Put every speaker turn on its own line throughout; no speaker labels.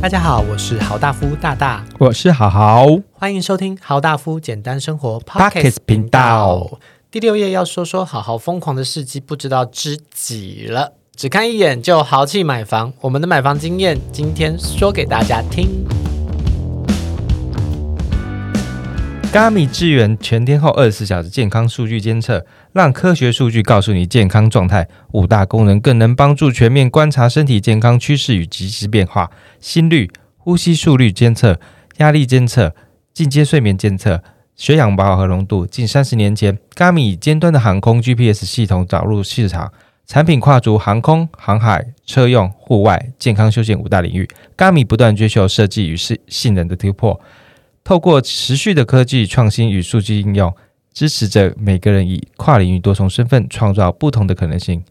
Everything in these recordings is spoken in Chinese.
大家好，我是豪大夫大大，
我是好好，
欢迎收听豪大夫简单生活
Podcast 频道。
第六页要说说好好疯狂的事迹，不知道知几了。只看一眼就豪气买房，我们的买房经验，今天说给大家 听。
咖米支援全天候二十四小时健康数据监测，让科学数据告诉你健康状态。五大功能更能帮助全面观察身体健康趋势与及时变化，心率、呼吸速率监测、压力监测、进阶睡眠监测。血氧饱和浓度，近三十年前，咖米以尖端的航空 GPS 系统导入市场，产品跨足航空、航海、车用、户外、健康休闲五大领域。咖米不断追求设计与性性能的突破，透过持续的科技创新与数据应用，支持着每个人以跨领域多重身份创造不同的可能性。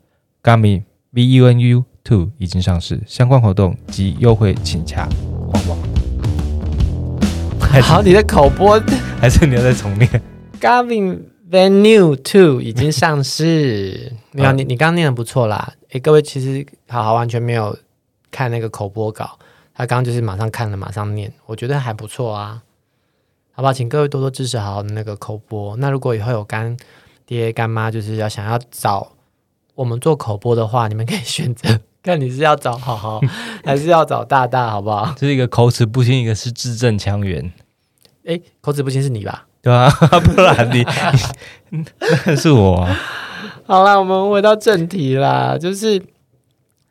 Gummy VUNU Two 已经上市，相关活动及优惠请洽官网。还是
好，你的口播
还是你要再重念？
Gavin Venue Two 已经上市，没有你你刚刚念的不错啦。诶，各位其实好好完全没有看那个口播稿，他刚刚就是马上看了马上念，我觉得还不错啊。好不好？请各位多多支持好好的那个口播。那如果以后有干爹干妈就是要想要找我们做口播的话，你们可以选择看你是要找好好还是要找大大，好不好？
这是一个口齿不清，一个是字正腔圆，
诶，口齿不清是你吧？
对吧、 不然你 那是我啊
好啦，我们回到正题啦，就是，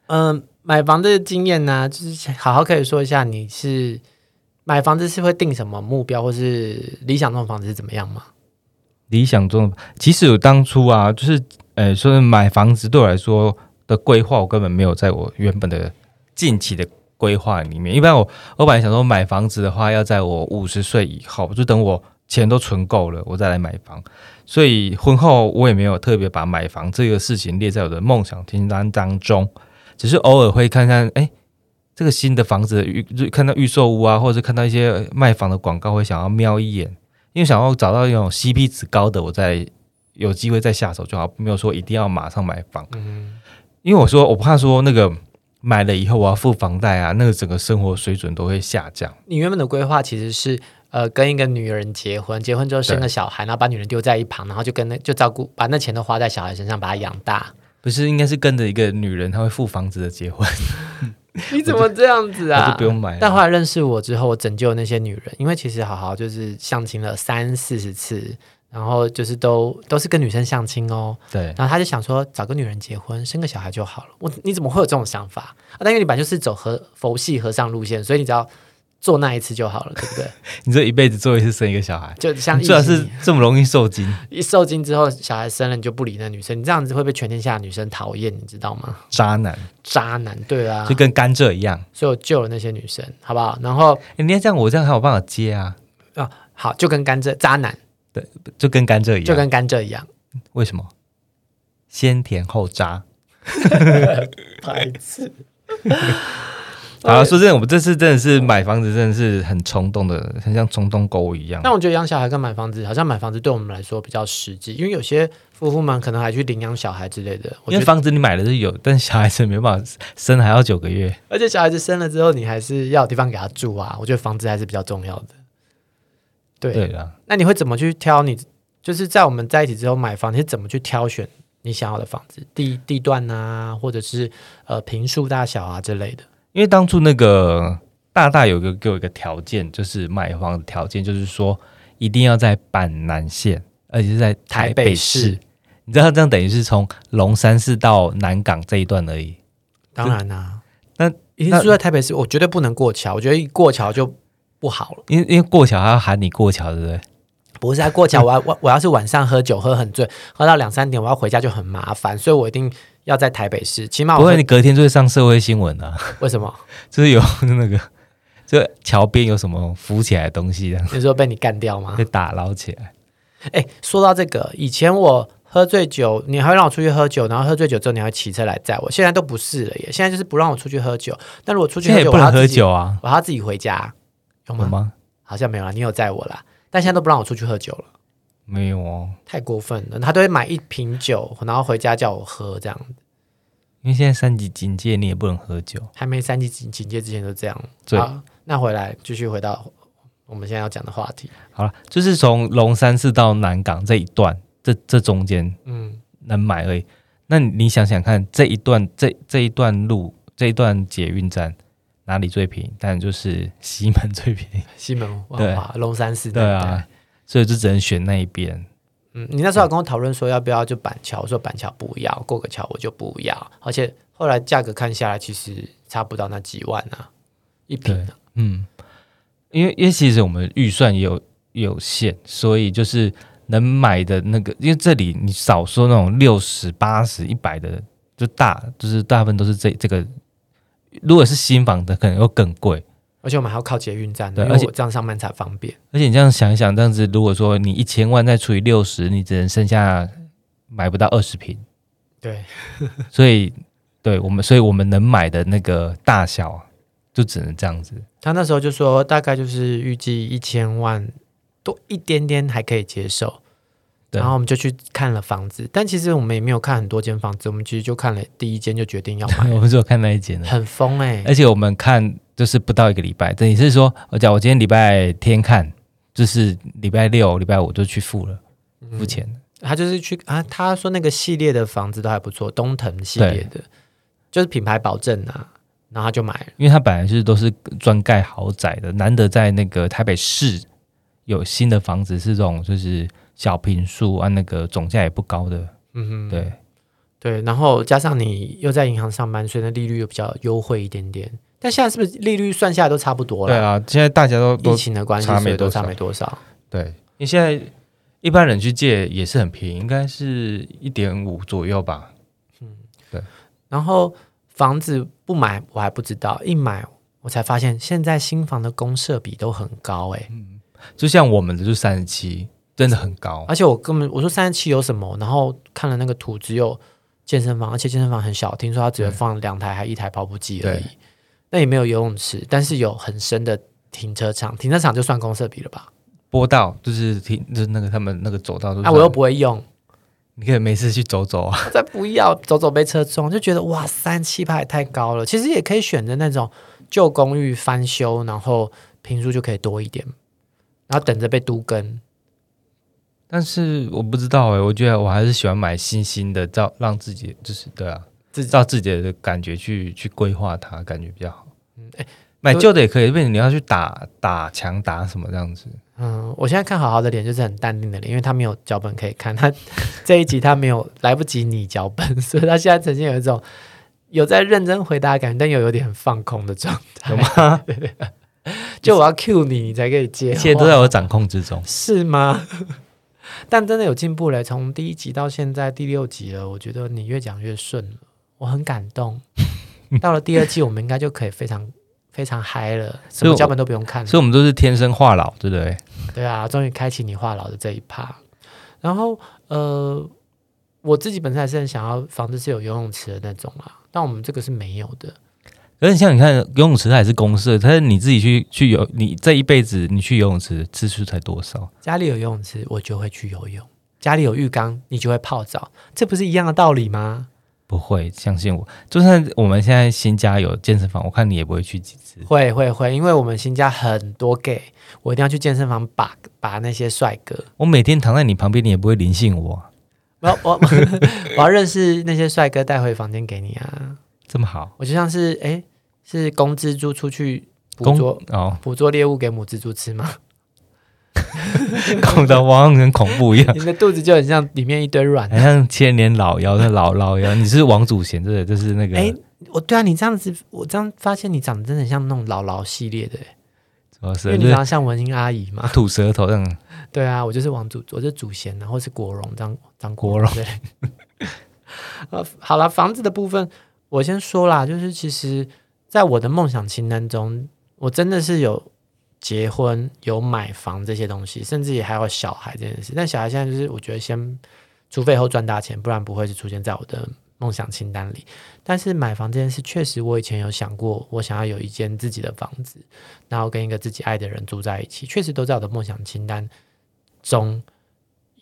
嗯、买房的经验呢、就是想好好可以说一下，你是买房子是会定什么目标，或是理想中的房子是怎么样吗？
理想中的。其实我当初啊，就是呃，说是买房子对我来说的规划，我根本没有在我原本的近期的规划里面。一般我我本来想说买房子的话，要在我五十岁以后，就等我钱都存够了，我再来买房。所以婚后我也没有特别把买房这个事情列在我的梦想清单当中，只是偶尔会看看，哎、这个新的房子的预看到预售屋啊，或者是看到一些卖房的广告，会想要瞄一眼，因为想要找到一种 CP 值高的，我再有机会再下手就好，没有说一定要马上买房。
嗯，
因为我说我怕说那个买了以后我要付房贷啊，那个整个生活水准都会下降。
你原本的规划其实是呃跟一个女人结婚，结婚之后生个小孩，然后把女人丢在一旁，然后就跟那就照顾，把那钱都花在小孩身上，把他养大。
不是，应该是跟着一个女人，她会付房子的结婚，
你怎么这样子
她
啊？
就不用买
但
了。
后来认识我之后，我拯救了那些女人，因为其实好好就是相亲了三四十次，然后就是都都是跟女生相亲哦。
对，
然后他就想说，找个女人结婚，生个小孩就好了。我你怎么会有这种想法？啊、但因为你本来就是走和佛系和尚路线，所以你只要做那一次就好了，对不 对？
你这一辈子做一次生一个小孩，
就像
你最好
异性
是这么容易受惊，
一受精之后，小孩生了你就不理那女生，你这样子会被全天下的女生讨厌，你知道吗？
渣男
渣男，对啊
就，跟甘蔗一样。
所以我救了那些女生，好不好？然后
诶你要这样，我这样还有办法接啊，
好，就跟甘蔗渣男，
就跟甘蔗一样。
就跟甘蔗一样。
为什么？先甜后渣。
白痴。
好了，说真的，我们这次真的是买房子，真的是很冲动的，很像冲动购物一样。
但我觉得养小孩跟买房子，好像买房子对我们来说比较实际，因为有些夫妇们可能还去领养小孩之类的。我觉
因为
得，
房子你买了是有，但小孩子没办法生，还要九个月。
而且小孩子生了之后，你还是要有地方给他住啊。我觉得房子还是比较重要的。对，
对啊啦，
那你会怎么去挑你？就是在我们在一起之后买房，你是怎么去挑选你想要的房子地地段啊，或者是呃平数大小啊之类的？
因为当初那个大大有个给我一个条件，就是买房的条件，就是说一定要在板南线，而且是在台北市。
台北市
你知道这样等于是从龙山寺到南港这一段而已。
当然啦、
那
一定
那
住在台北市，我绝对不能过桥，我觉得一过桥就不好了。
因为因为过桥还要喊你过桥，对不对？
不是啊，过桥，我要我我要是晚上喝酒喝很醉，喝到两三点，我要回家就很麻烦，所以我一定要在台北市，起码
不
我
啊会，
会
你隔天就会上社会新闻啊。
为什么？
就是有 那个，就桥边有什么浮起来的东西，这样
你说被你干掉吗
被？打捞起来。
哎、说到这个，以前我喝醉酒，你还会让我出去喝酒，然后喝醉酒之后你还会骑车来载我，现在都不是了耶，现在就是不让我出去喝酒。那如果出去
现
喝
在
酒，
也不能
我还要
喝
自己，
酒啊，
我还要自己回家，有
有
吗？
吗？
好像没有啦，你有载我啦，但现在都不让我出去喝酒了。
没有哦，
太过分了，他都会买一瓶酒，然后回家叫我喝这样子。
因为现在三级警戒，你也不能喝酒。
还没三级警警戒之前就这样。
对
好，那回来继续回到我们现在要讲的话题。
好了，就是从龙山寺到南港这一段，这这中间
嗯，
能买而已。那你想想看，这一段这这一段路，这一段捷运站哪里最便宜？当然就是西门最便 宜。
西门万华、龙山寺那
对
一带
啊，所以就只能选那一边。
嗯，你那时候有跟我讨论说要不要就板桥，我说板桥不要，过个桥我就不要，而且后来价格看下来，其实差不到那几万啊，一平啊，
嗯，因为因为其实我们预算也有有限，所以就是能买的那个，因为这里你少说那种六十、八十、一百的，就大就是大部分都是这这个。如果是新房的，可能又更贵。
而且我们还要靠捷运站，
对
因为
而且
我这样上班才方便。
而且你这样想一想，这样子如果说你一千万再除以六十，你只能剩下买不到二 十平，
对，
所以对我们，所以我们能买的那个大小啊就只能这样子。
他那时候就说大概就是预计一千万多一点点还可以接受，
对
然 后我们就去看了房子，但其实我们也没有看很多间房子，我们其实就看了第一间就决定要买，
我们只有看那一间的，
很疯哎、
而且我们看就是不到一个礼拜，等于是说，我讲我今天礼拜天看，就是礼拜六、礼拜五就去付了，付钱了。
他就是去啊，他说那个系列的房子都还不错，东藤系列的，就是品牌保证啊，然后他就买了。
因为它本来就是都是专盖豪宅的，难得在那个台北市有新的房子是这种就是小平数，按、那个总价也不高的，
嗯哼，
对，
对，然后加上你又在银行上班，所以那利率又比较优惠一点点。但现在是不是利率算下来都差不多
对
了？
啊，现在大家都
疫
都
情的关系，
差没
所以都
多少
差没多少。
对，因为现在一般人去借也是很便宜，应该是一点五左右吧，
然后房子不买我还不知道，一买我才发现现在新房的公设比都很高哎、
就像我们的就三十七，真的很高，
而且我根本我说三十七有什么，然后看了那个图只有健身房，而且健身房很小，听说它只能放两台还一台跑步机而已
对，
那也没有游泳池，但是有很深的停车场，停车场就算公设比了吧？
坡道就是停，就是那个他们那个走道都是。
啊，我又不会用，
你可以没事去走走啊。
再不要走走被车撞，就觉得哇，三七八也太高了。其实也可以选择那种旧公寓翻修，然后平数就可以多一点，然后等着被都跟。
但是我不知道哎、我觉得我还是喜欢买新新的，照让自己就是对啊，
自己
照自己的感觉去去规划它，感觉比较好。
哎
买
就
旧的也可以，因为你要去打打墙打什么这样子。
嗯，我现在看好好的脸就是很淡定的脸，因为他没有脚本可以看，他 这一集他没有来不及拟脚本， 所以他现在呈现有一种有在认真回答的感觉，但又有点放空的状态。
有
吗？就我要 cue 你，你才可以接
一
话，
切都在我掌控之中。
是吗？ 但真的有进步嘞，从第一集到现在第六集了，我觉得你越讲越顺了，我很感 动。到了第二季，我们应该就可以非常非常嗨了，什
所以
么
我
脚本都不用看了
所以。我们都是天生话痨，对不对？
对啊，终于开启你话痨的这一趴。然后呃，我自己本身还是很想要房子是有游泳池的那种啦，但我们这个是没有的。
可是像你看游泳池它也是公社，但是你自己去去游，你这一辈子你去游泳池次数才多少？
家里有游泳池，我就会去游泳；家里有浴缸，你就会泡澡，这不是一样的道理吗？
不会，相信我。就算我们现在新家有健身房，我看你也不会去几次。
会会会，因为我们新家很多 gay，我一定要去健身房把把那些帅哥，
我每天躺在你旁边，你也不会灵性我、啊，
我要 我我要认识那些帅哥带回房间给你啊！
这么好。
我就像是诶，是公蜘蛛出去捕
公
捉
哦，
捕捉猎物给母蜘蛛吃吗？
公的汪跟恐怖一样，
你的肚子就很像里面一堆卵。
好像千年老妖那老老妖。你是王祖贤，对，就是那个。
哎、我对啊，你这样子，我这样发现你长得真的很像那种姥姥系列的欸，
什么
因
是
为
就
你
是
长得像文英阿姨嘛。
吐舌头这样，
对啊，我就是王祖，我就是祖贤啊，然后是国荣张张
国荣。
对， 呃，好了，房子的部分我先说啦，就是其实在我的梦想清单中，我真的是有结婚、有买房这些东西，甚至也还有小孩这件事。但小孩现在就是我觉得先，除非以后赚大钱，不然不会是出现在我的梦想清单里。但是买房这件事，确实我以前有想过，我想要有一间自己的房子，然后跟一个自己爱的人住在一起，确实都在我的梦想清单中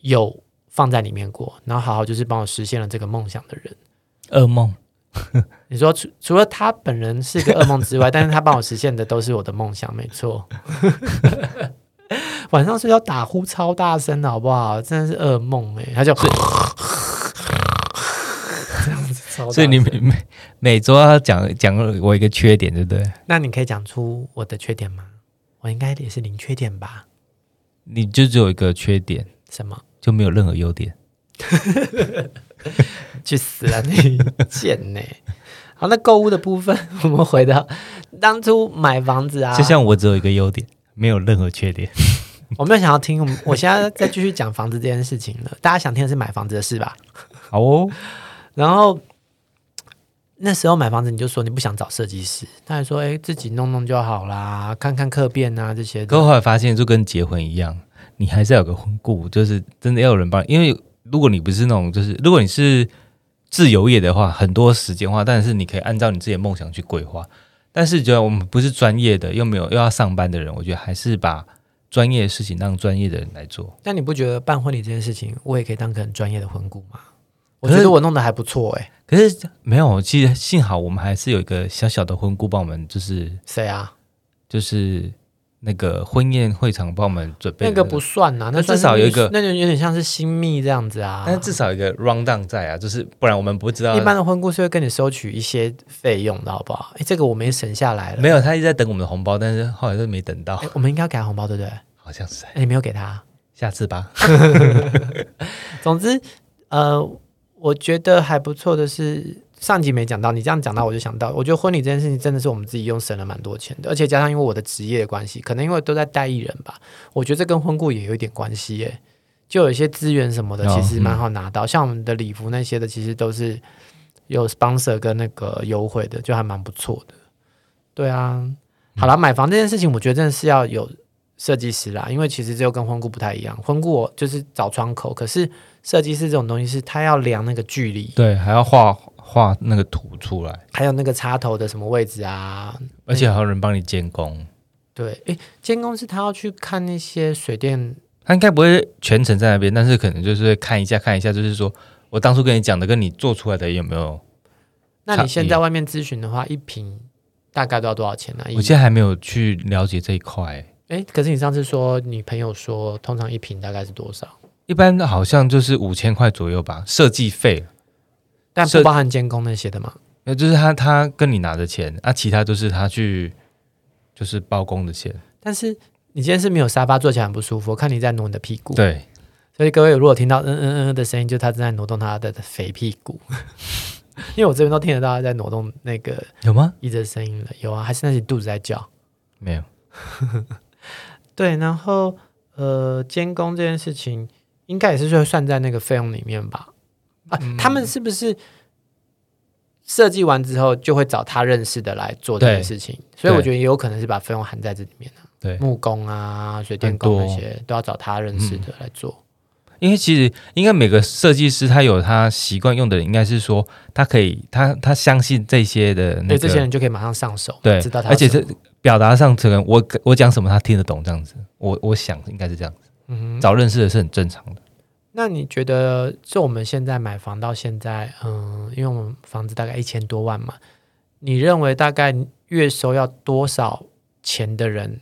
有放在里面过，然后好好就是帮我实现了这个梦想的人。
噩梦。
你说除除了他本人是个噩梦之外，但是他帮我实现的都是我的梦想，没错。 晚上睡觉打呼超大声的好不好？真的是噩梦哎、他就这 样子超大声。
所以你每每每周要讲讲我一个缺点，对不对？
那你可以讲出我的缺点吗？我应该也是零缺点吧？
你就只有一个缺点，
什么？
就没有任何优点。
去死啊你贱呢、 好，那购物的部分， 我们回到当初买房子啊，
就像我只有一个优点，没有任何 缺点。
我没有想要听，我们我现在再继续讲房子这件事情了。大家想听的是买房子的事吧？
好哦，
然后那时候买房子，你就说你不想找设计师，他还说：“哎，自己弄弄就好啦，看看客变啊这些的。
可我后来发现，就跟结婚一样，你还是要有个婚顾，就是真的要有人帮你。因为如果你不是那种，就是如果你是自由业的话，很多时间花，但是你可以按照你自己的梦想去规划。但是觉得我们不是专业的，又没有又要上班的人，我觉得还是把专业的事情让专业的人来做。”
但你不觉得办婚礼这件事情，我也可以当个很专业的婚顾吗？我
可
觉
是
得我弄得还不错哎、
可是没有，其实幸好我们还是有一个小小的婚顾帮我们，就是
谁啊？
就是那个婚宴会场帮我们准备、
那个不，算啊，
那
算
至少
是
有一个
那就有点像是新密这样子啊。
但是至少有一个 round down 在啊，就是不然我们不知道
一般的婚顾是会跟你收取一些费用的，好不好？哎，这个我们也省下来了。
没有，他一直在等我们的红包，但是后来都没等到
诶，我们应该要给他红包，对不对？
好像是
哎，你没有给他。
下次吧。
总之，呃，我觉得还不错的是，上集没讲到，你这样讲到我就想到，我觉得婚礼这件事情真的是我们自己用省了蛮多钱的，而且加上因为我的职业的关系，可能因为都在带艺人吧，我觉得这跟婚顾也有一点关系耶。就有一些资源什么的，
哦
其实蛮好拿到，像我们的礼服那些的，其实都是有 sponsor 跟那个优惠的，就还蛮不错的。对啊，好了，买房这件事情，我觉得真的是要有设计师啦，因为其实这又跟婚顾不太一样，婚顾我就是找窗口，可是设计师这种东西是他要量那个距离，
对，还要画画那个图出来，
还有那个插头的什么位置啊。
而且还有人帮你监工。
对，诶，监工是他要去看那些水电，
他应该不会全程在那边，但是可能就是会看一下看一下，就是说我当初跟你讲的跟你做出来的有没有？
那
差
你现在外面咨询的话，一瓶大概都要多少钱呢、啊？
我现在还没有去了解这一块、
哎，可是你上次说你朋友说，通常一瓶大概是多少？
一般好像就是五千块左右吧，设计费，
但不
设
包含监工那些的嘛？
那就是他他跟你拿的钱，啊，其他就是他去就是包工的钱。
但是你今天是没有沙发，坐起来很不舒服，我看你在挪你的屁股。
对，
所以各位如果听到嗯嗯嗯的声音，就是他正在挪动他的肥屁股， 因为我这边都听得到他在挪动那个
有吗？
一直的声音了。有啊，还是那些肚子在叫。
没有，
对，然后呃，监工这件事情应该也是会算在那个费用里面吧？啊，他们是不是设计完之后就会找他认识的来做这件
对
事情？所以我
对
觉得也有可能是把费用含在这里面啊。
对，
木工啊、水电工那些都要找他认识的来做。
因为其实应该每个设计师他有他习惯用的，应该是说他可以他他相信这些的
所
那
以这些
个
人就可以马上上手，
对
知道，他要
而且
什
这
么
表达上可能我我讲什么他听得懂这样子，我我想应该是这样子，
嗯哼。
找认识的是很正常的。
那你觉得，就我们现在买房到现在，嗯，因为我们房子大概一千多万嘛，你认为大概月收要多少钱的人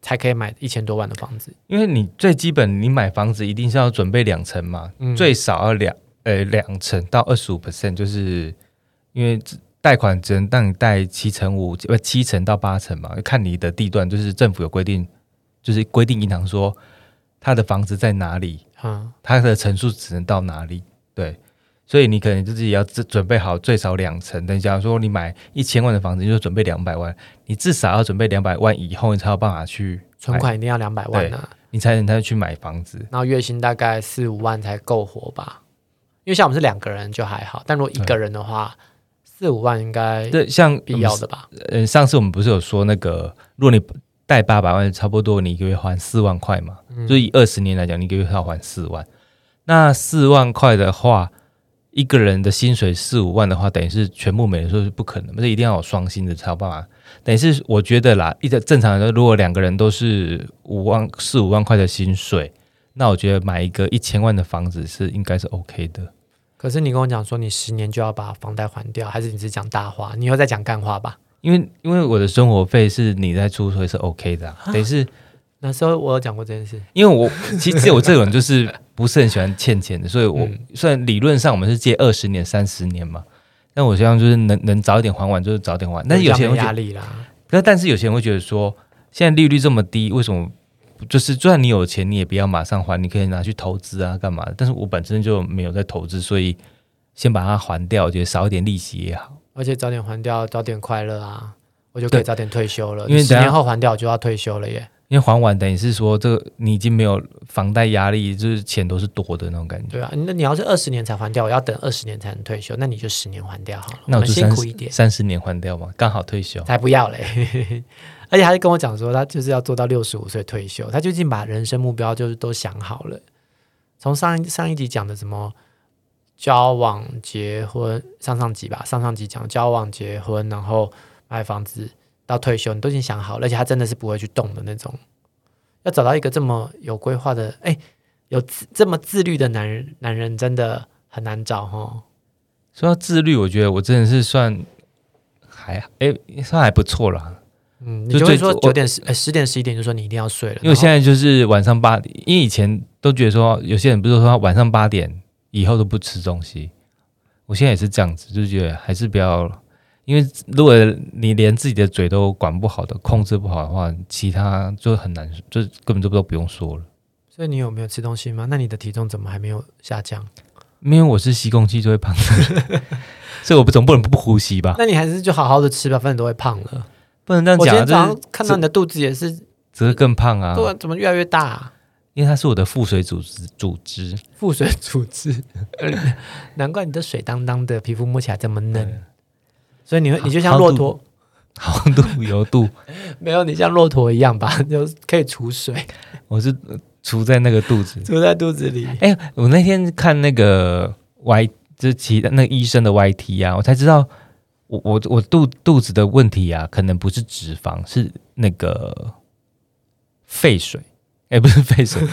才可以买一千多万的房子？
因为你最基本，你买房子一定是要准备两层嘛，
嗯
最少要两呃两层到二十五 percent，就是因为贷款只能让你贷七成五呃七成到八成嘛，看你的地段，就是政府有规定，就是规定银行说他的房子在哪里，
嗯，
他的层数只能到哪里，对，所以你可能自己要自准备好最少两层。等假如说你买一千万的房子，你就准备两百万，你至少要准备两百万以后，你才有办法去
存
买
款一定要两百万啊，
你才能再去买房子。
然后月薪大概四五万才够活吧？因为像我们是两个人就还好，但如果一个人的话，四五万应该
对，像
必要的吧？
呃，上次我们不是有说那个，如果你贷八百万，差不多你一个月还四万块嘛，
嗯
就以二十年来讲，你一个月要还四万。那四万块的话，一个人的薪水四五万的话，等于是全部没人说是不可能，这一定要有双薪的才有办法。等于是我觉得啦，一个正常人，如果两个人都是五万四五万块的薪水，那我觉得买一个一千万的房子是应该是 OK 的。
可是你跟我讲说你十年就要把房贷还掉，还是你只讲大话？你又在讲干话吧？
因为因为我的生活费是你在出，所以是 OK 的、啊，等于是
那时候我有讲过这件事，
因为我其实我这种人就是不是很喜欢欠钱的，所以我、
嗯
虽然理论上我们是借二十年、三十年嘛，但我希望就是能能早一点还完就是早点还。但是有
这
些人
样
会
的
觉
压力
得，
啦，
可是但是有些人会觉得说，现在利率这么低，为什么就是就算你有钱，你也不要马上还，你可以拿去投资啊，干嘛的？但是我本身就没有在投资，所以先把它还掉，我觉得少一点利息也好。
而且早点还掉，早点快乐啊，我就可以
对
早点退休了。
因为
你十
等下
年后还掉，我就要退休了耶。
因为还完等于是说，这个你已经没有房贷压力，就是钱都是多的那种感觉。
对啊，那你要是二十年才还掉，我要等二十年才能退休，那你就十年还掉好了。
那
我们
我就
辛
三
苦一
十
点，
三十年还掉嘛，刚好退休。
才不要嘞。 而且他就跟我讲说，他就是要做到六十五岁退休，他最近把人生目标就是都想好了。从上一上一集讲的什么交往、结婚，上上集吧，上上集讲交往、结婚，然后买房子到退休，你都已经想好了，而且他真的是不会去动的那种。要找到一个这么有规划的，哎，有自这么自律的男人，男人真的很难找哦。
说到自律，我觉得我真的是算还哎、算还不错啦。
嗯，你
就
就会
最
说
我
九点十呃十点十一点就说你一定要睡了，
因为我
然后
现在就是晚上八点，因为以前都觉得说有些人不是说晚上八点以后都不吃东西，我现在也是这样子，就觉得还是不要，因为如果你连自己的嘴都管不好的、控制不好的话，其他就很难，就根本就都不用说了。
所以你有没有吃东西吗？那你的体重怎么还没有下降？
因为我是吸空气就会胖的 人，所以我不总不能不呼吸吧，
那你还是就好好的吃吧，反正都会胖了。
不能这样
我今天早
讲啊，就是
上看到你的肚子也是，
只会更胖啊
对、，啊，怎么越来越大啊、
因为它是我的腹水组织组织。
腹水组织， 难怪你的水当当的，皮肤摸起来这么嫩。所以你会，你就像
好
骆驼，
好度油度，
没有你像骆驼一样吧， 就可以储 水，
我是呃除在那个肚子。
储在肚子里。
哎、我那天看那个 Y，就是其那个医生的 YT 啊，我才知道我我我肚肚子的问题啊，可能不是脂肪，是那个废水，哎、不是废水，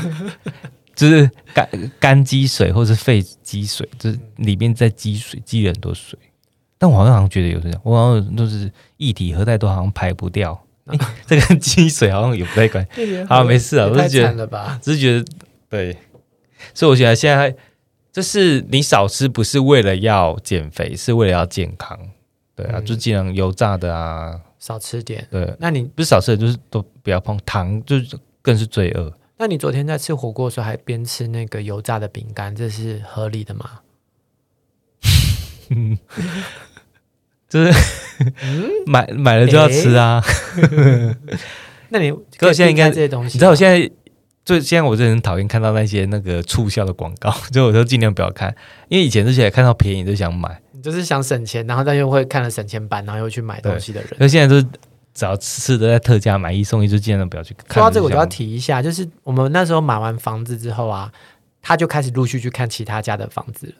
就是肝肝积水或是肺积水，就是里面在积水，积了很多水。但我好像好像觉得有这样，我好像都是液体和带都好像排不掉，哎这个积水好像也不太关系。好没 事啊
也
我
太
是觉得
惨了吧？
只是觉得对，所以我觉得现在就是你少吃不是为了要减肥，是为了要健康。对啊，
嗯
就尽量油炸的啊，
少吃点。
对，
那你，
不是少吃的就是都不要碰糖，就是更是罪恶。
那你昨天在吃火锅的时候还边吃那个油炸的饼干，这是合理的吗？
就是
嗯
买买了就要吃啊！
那你
可我现在应
避
该
开这些东西，
你知道我现在最现在我真的很讨厌看到那些那个促销的广告， 所以我都尽量不要看，因为以前之前看到便宜就想买，
你就是想省钱，然后但又会看了省钱版，然后又去买东西的人。
可是现在就是只要吃的在特价买一送一，就尽量不要去看。
说到这个，我就要
想
提一下，就是我们那时候买完房子之后啊，他就开始陆续去看其他家的房子了。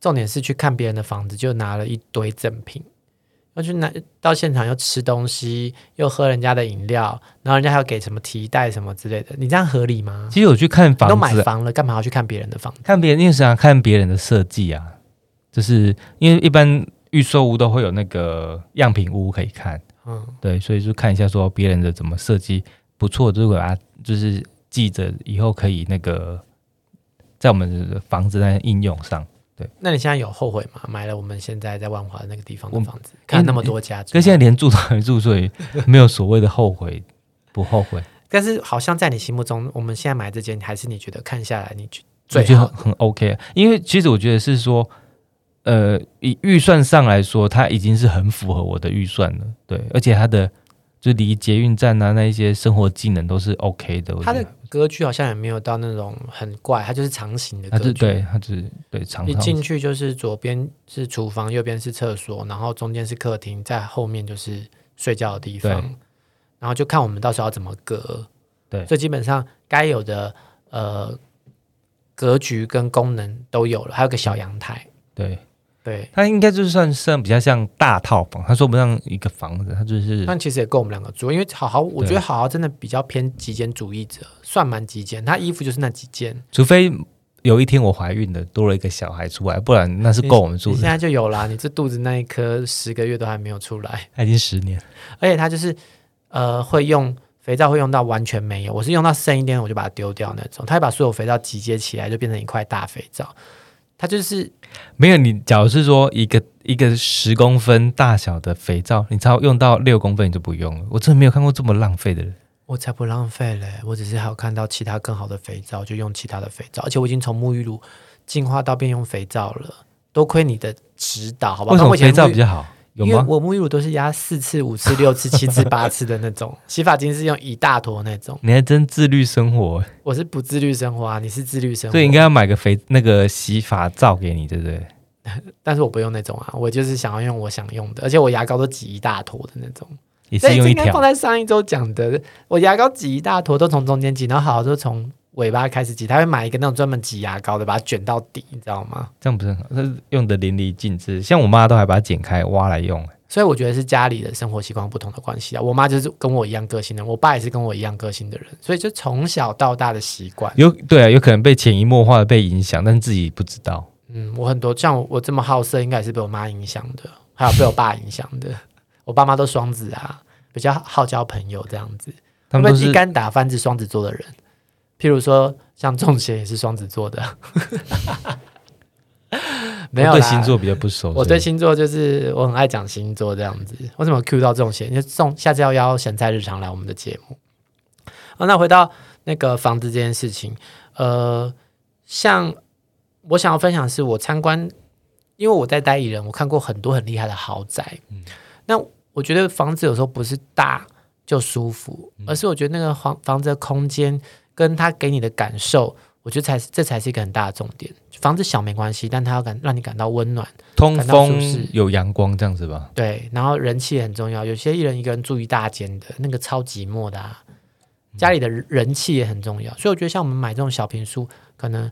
重点是去看别人的房子，就拿了一堆赠品，要去拿到现场又吃东西，又喝人家的饮料，然后人家还要给什么提袋什么之类的，你这样合理吗？
其实我去看
你
房
都
子
买
啊，
房了，干嘛要去看别人的房子？
看别人，因为想看别人的设计啊，就是因为一般预售屋都会有那个样品屋可以看，
嗯，
对，所以就看一下说别人的怎么设计不错，就把它就是记着以后可以那个在我们的房子的应用上。
那你现在有后悔吗？买了我们现在在万华的那个地方的
我
房子，看那么多家之后，
跟现在连住都没住，所以没有所谓的后悔不后悔，
但是好像在你心目中，我们现在买这间，还是你觉得看下来你觉
我
最
觉得
好？
很 OK。因啊为其实我觉得是说。呃，以预算上来说，它已经是很符合我的预算了，对，而且它的就离捷运站啊那一些生活技能都是 OK 的。我
它
觉
的
得
格局好像也没有到那种很怪，它就是长形的
它
格
是
局。
啊对，它就是对长
一
套
进去就是左边是厨房，右边是厕所，然后中间是客厅，在后面就是睡觉的地方
对。
然后就看我们到时候要怎么隔。
对
所以基本上该有的呃格局跟功能都有了，还有个小阳台。
对，
对，
它应该就是算算比较像大套房，它说不上一个房子，它就是
但其实也够我们两个住，因为好好，我
对
觉得好好真的比较偏极简主义者，算蛮极简。他衣服就是那几件，
除非有一天我怀孕了，多了一个小孩出来，不然那是够我们住
你现
的。
在就有啦，你这肚子那一颗十个月都还没有出来，
他已经十年，
而且它就是呃会用肥皂会用到完全没有，我是用到剩一点我就把它丢掉那种，它会把所有肥皂集结起来就变成一块大肥皂，它就是
没有你。假如是说一个一个十公分大小的肥皂，你只要用到六公分你就不用了。我真的没有看过这么浪费的人。
我才不浪费嘞，我只是还有看到其他更好的肥皂就用其他的肥皂，而且我已经从沐浴露进化到变用肥皂了，多亏你的指导，好吧？不
为什
然我
么
以前
肥皂
沐浴
比较好？有
因为
吗？
我沐浴乳都是压四次、五次、六次、七次、八次的那种，洗发精是用一大坨那种。
你还真自律生活，
我是不自律生活啊，你是自律生活，
所以应该要买个肥那个洗发皂给你，对不对？
但是我不用那种啊，我就是想要用我想用的，而且我牙膏都挤一大坨的那种。
也
这
是用一
应该放
条。
在上一周讲的，我牙膏挤一大坨都从中间挤，然后好好就从尾巴开始挤。他会买一个那种专门挤牙膏的，把它卷到底，你知道吗？
这样不是很好，那用的淋漓尽致。像我妈都还把它剪开挖来用，
所以我觉得是家里的生活习惯不同的关系啊。我妈就是跟我一样个性的人，我爸也是跟我一样个性的人，所以就从小到大的习惯。
有对啊，有可能被潜移默化的被影响，但自己不知道。
嗯，我很多像我我这么好色，应该也是被我妈影响的，还有被我爸影响的。 我爸妈都双子啊，比较好交朋友这样子。
他们
们
都
一
是
竿打翻是双子座的人，譬如说像仲贤也是双子座的， 没有
我
啦
对星，座比较不熟，
我
所
对
以
星座就是我很爱讲星座这样子。为什么 Q 到仲贤？因为仲下次要邀咸菜日常来我们的节目。啊，那回到那个房子这件事情，呃，像我想要分享的是我参观，因为我在代理人，我看过很多很厉害的豪宅。那我觉得房子有时候不是大就舒服，而是我觉得那个房房子的空间跟它给你的感受，我觉得才是这才是一个很大的重点。房子小没关系，但它要感让你感到温暖，
通
感到舒
风
适
有阳光这样子吧。
对，然后人气也很重要。有些艺人一个人住一大间的，那个超寂寞的啊。家里的人气也很重要，所以我觉得像我们买这种小平数，可能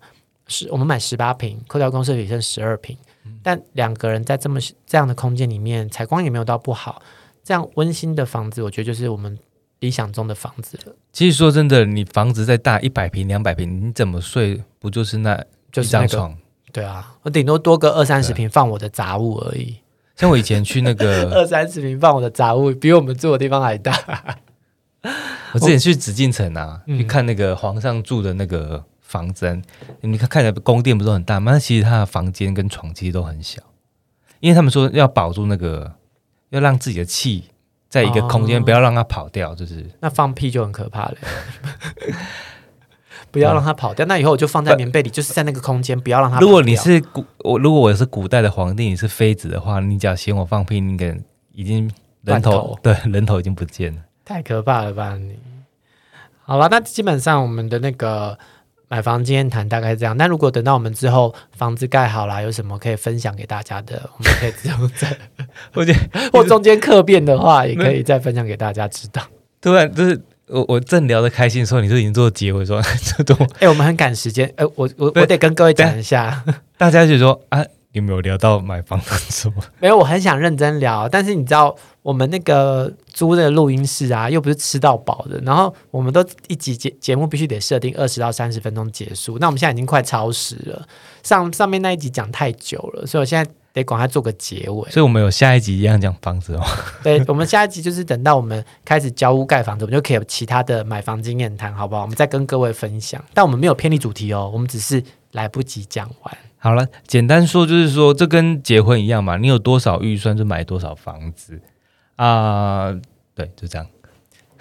是我们买十八平，扣掉公司里剩十二平，但两个人在这么这样的空间里面，采光也没有到不好，这样温馨的房子，我觉得就是我们理想中的房子了，
其实说真的，你房子再大一百平、两百平，你怎么睡不就是那
就
一
是那
张
个
床？
对啊，我顶多多个二三十平放我的杂物而已，
像我以前去那 个，
二三十平放我的杂物比我们住的地方还大，
我之前去紫禁城啊，
嗯
去看那个皇上住的那个房子，啊你看看起来宫殿不是很大吗？但其实他的房间跟床其实都很小，因为他们说要保住那个，要让自己的气在一个空间，
哦
不要让它跑掉，就是
那放屁就很可怕了。 不要让它跑掉，那以后我就放在棉被里，就是在那个空间，不要让它跑掉。
如果你是古我，如果我是古代的皇帝，你是妃子的话，你只要嫌我放屁，你可能已经人
断
头
头
对人头已经不见 了。
太可怕了吧你？好了，那基本上我们的那个买房经验谈大概是这样。那如果等到我们之后房子盖好了，有什么可以分享给大家的，我们可以之后再，
我觉得
或中间客变的话，也可以再分享给大家知道。
突然就是我我正聊得开心的时候，你就已经做结尾说 这种，
哎、我们很赶时间，哎、我我
对
我得跟各位讲一下，
大家就说啊，你没有聊到买房的什么？
没有，我很想认真聊，但是你知道我们那个租的录音室啊，又不是吃到饱的，然后我们都一集节节目必须得设定二十到三十分钟结束，那我们现在已经快超时了，上上面那一集讲太久了，所以我现在得赶快做个结 尾。
所以我们有下一集一样讲房子哦。
对，我们下一集就是等到我们开始交屋盖房子，我们就可以有其他的买房经验谈，好不好？我们再跟各位分享，但我们没有偏离主题哦，我们只是来不及讲完。
好了，简单说就是说，这跟结婚一样嘛，你有多少预算就买多少房子啊、对，就这样。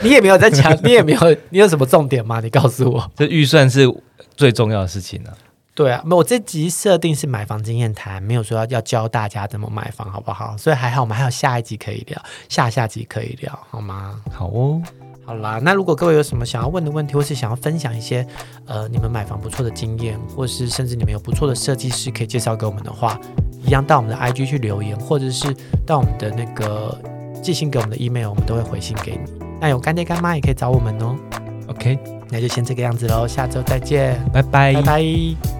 你也没有在讲，你也没有，你有什么重点吗？你告诉我。
这预算是最重要的事情啊。
对啊，没有我这集设定是买房经验谈，没有说要要教大家怎么买房，好不好？所以还好，我们还有下一集可以聊，下下集可以聊，好吗？
好哦，
好啦，那如果各位有什么想要问的问题，或是想要分享一些呃你们买房不错的经验，或是甚至你们有不错的设计师可以介绍给我们的话，一样到我们的 IG 去留言，或者是到我们的那个寄信给我们的 email，我们都会回信给你。那有干爹干妈也可以找我们哦。
OK，
那就先这个样子喽，下周再见，
拜拜
拜拜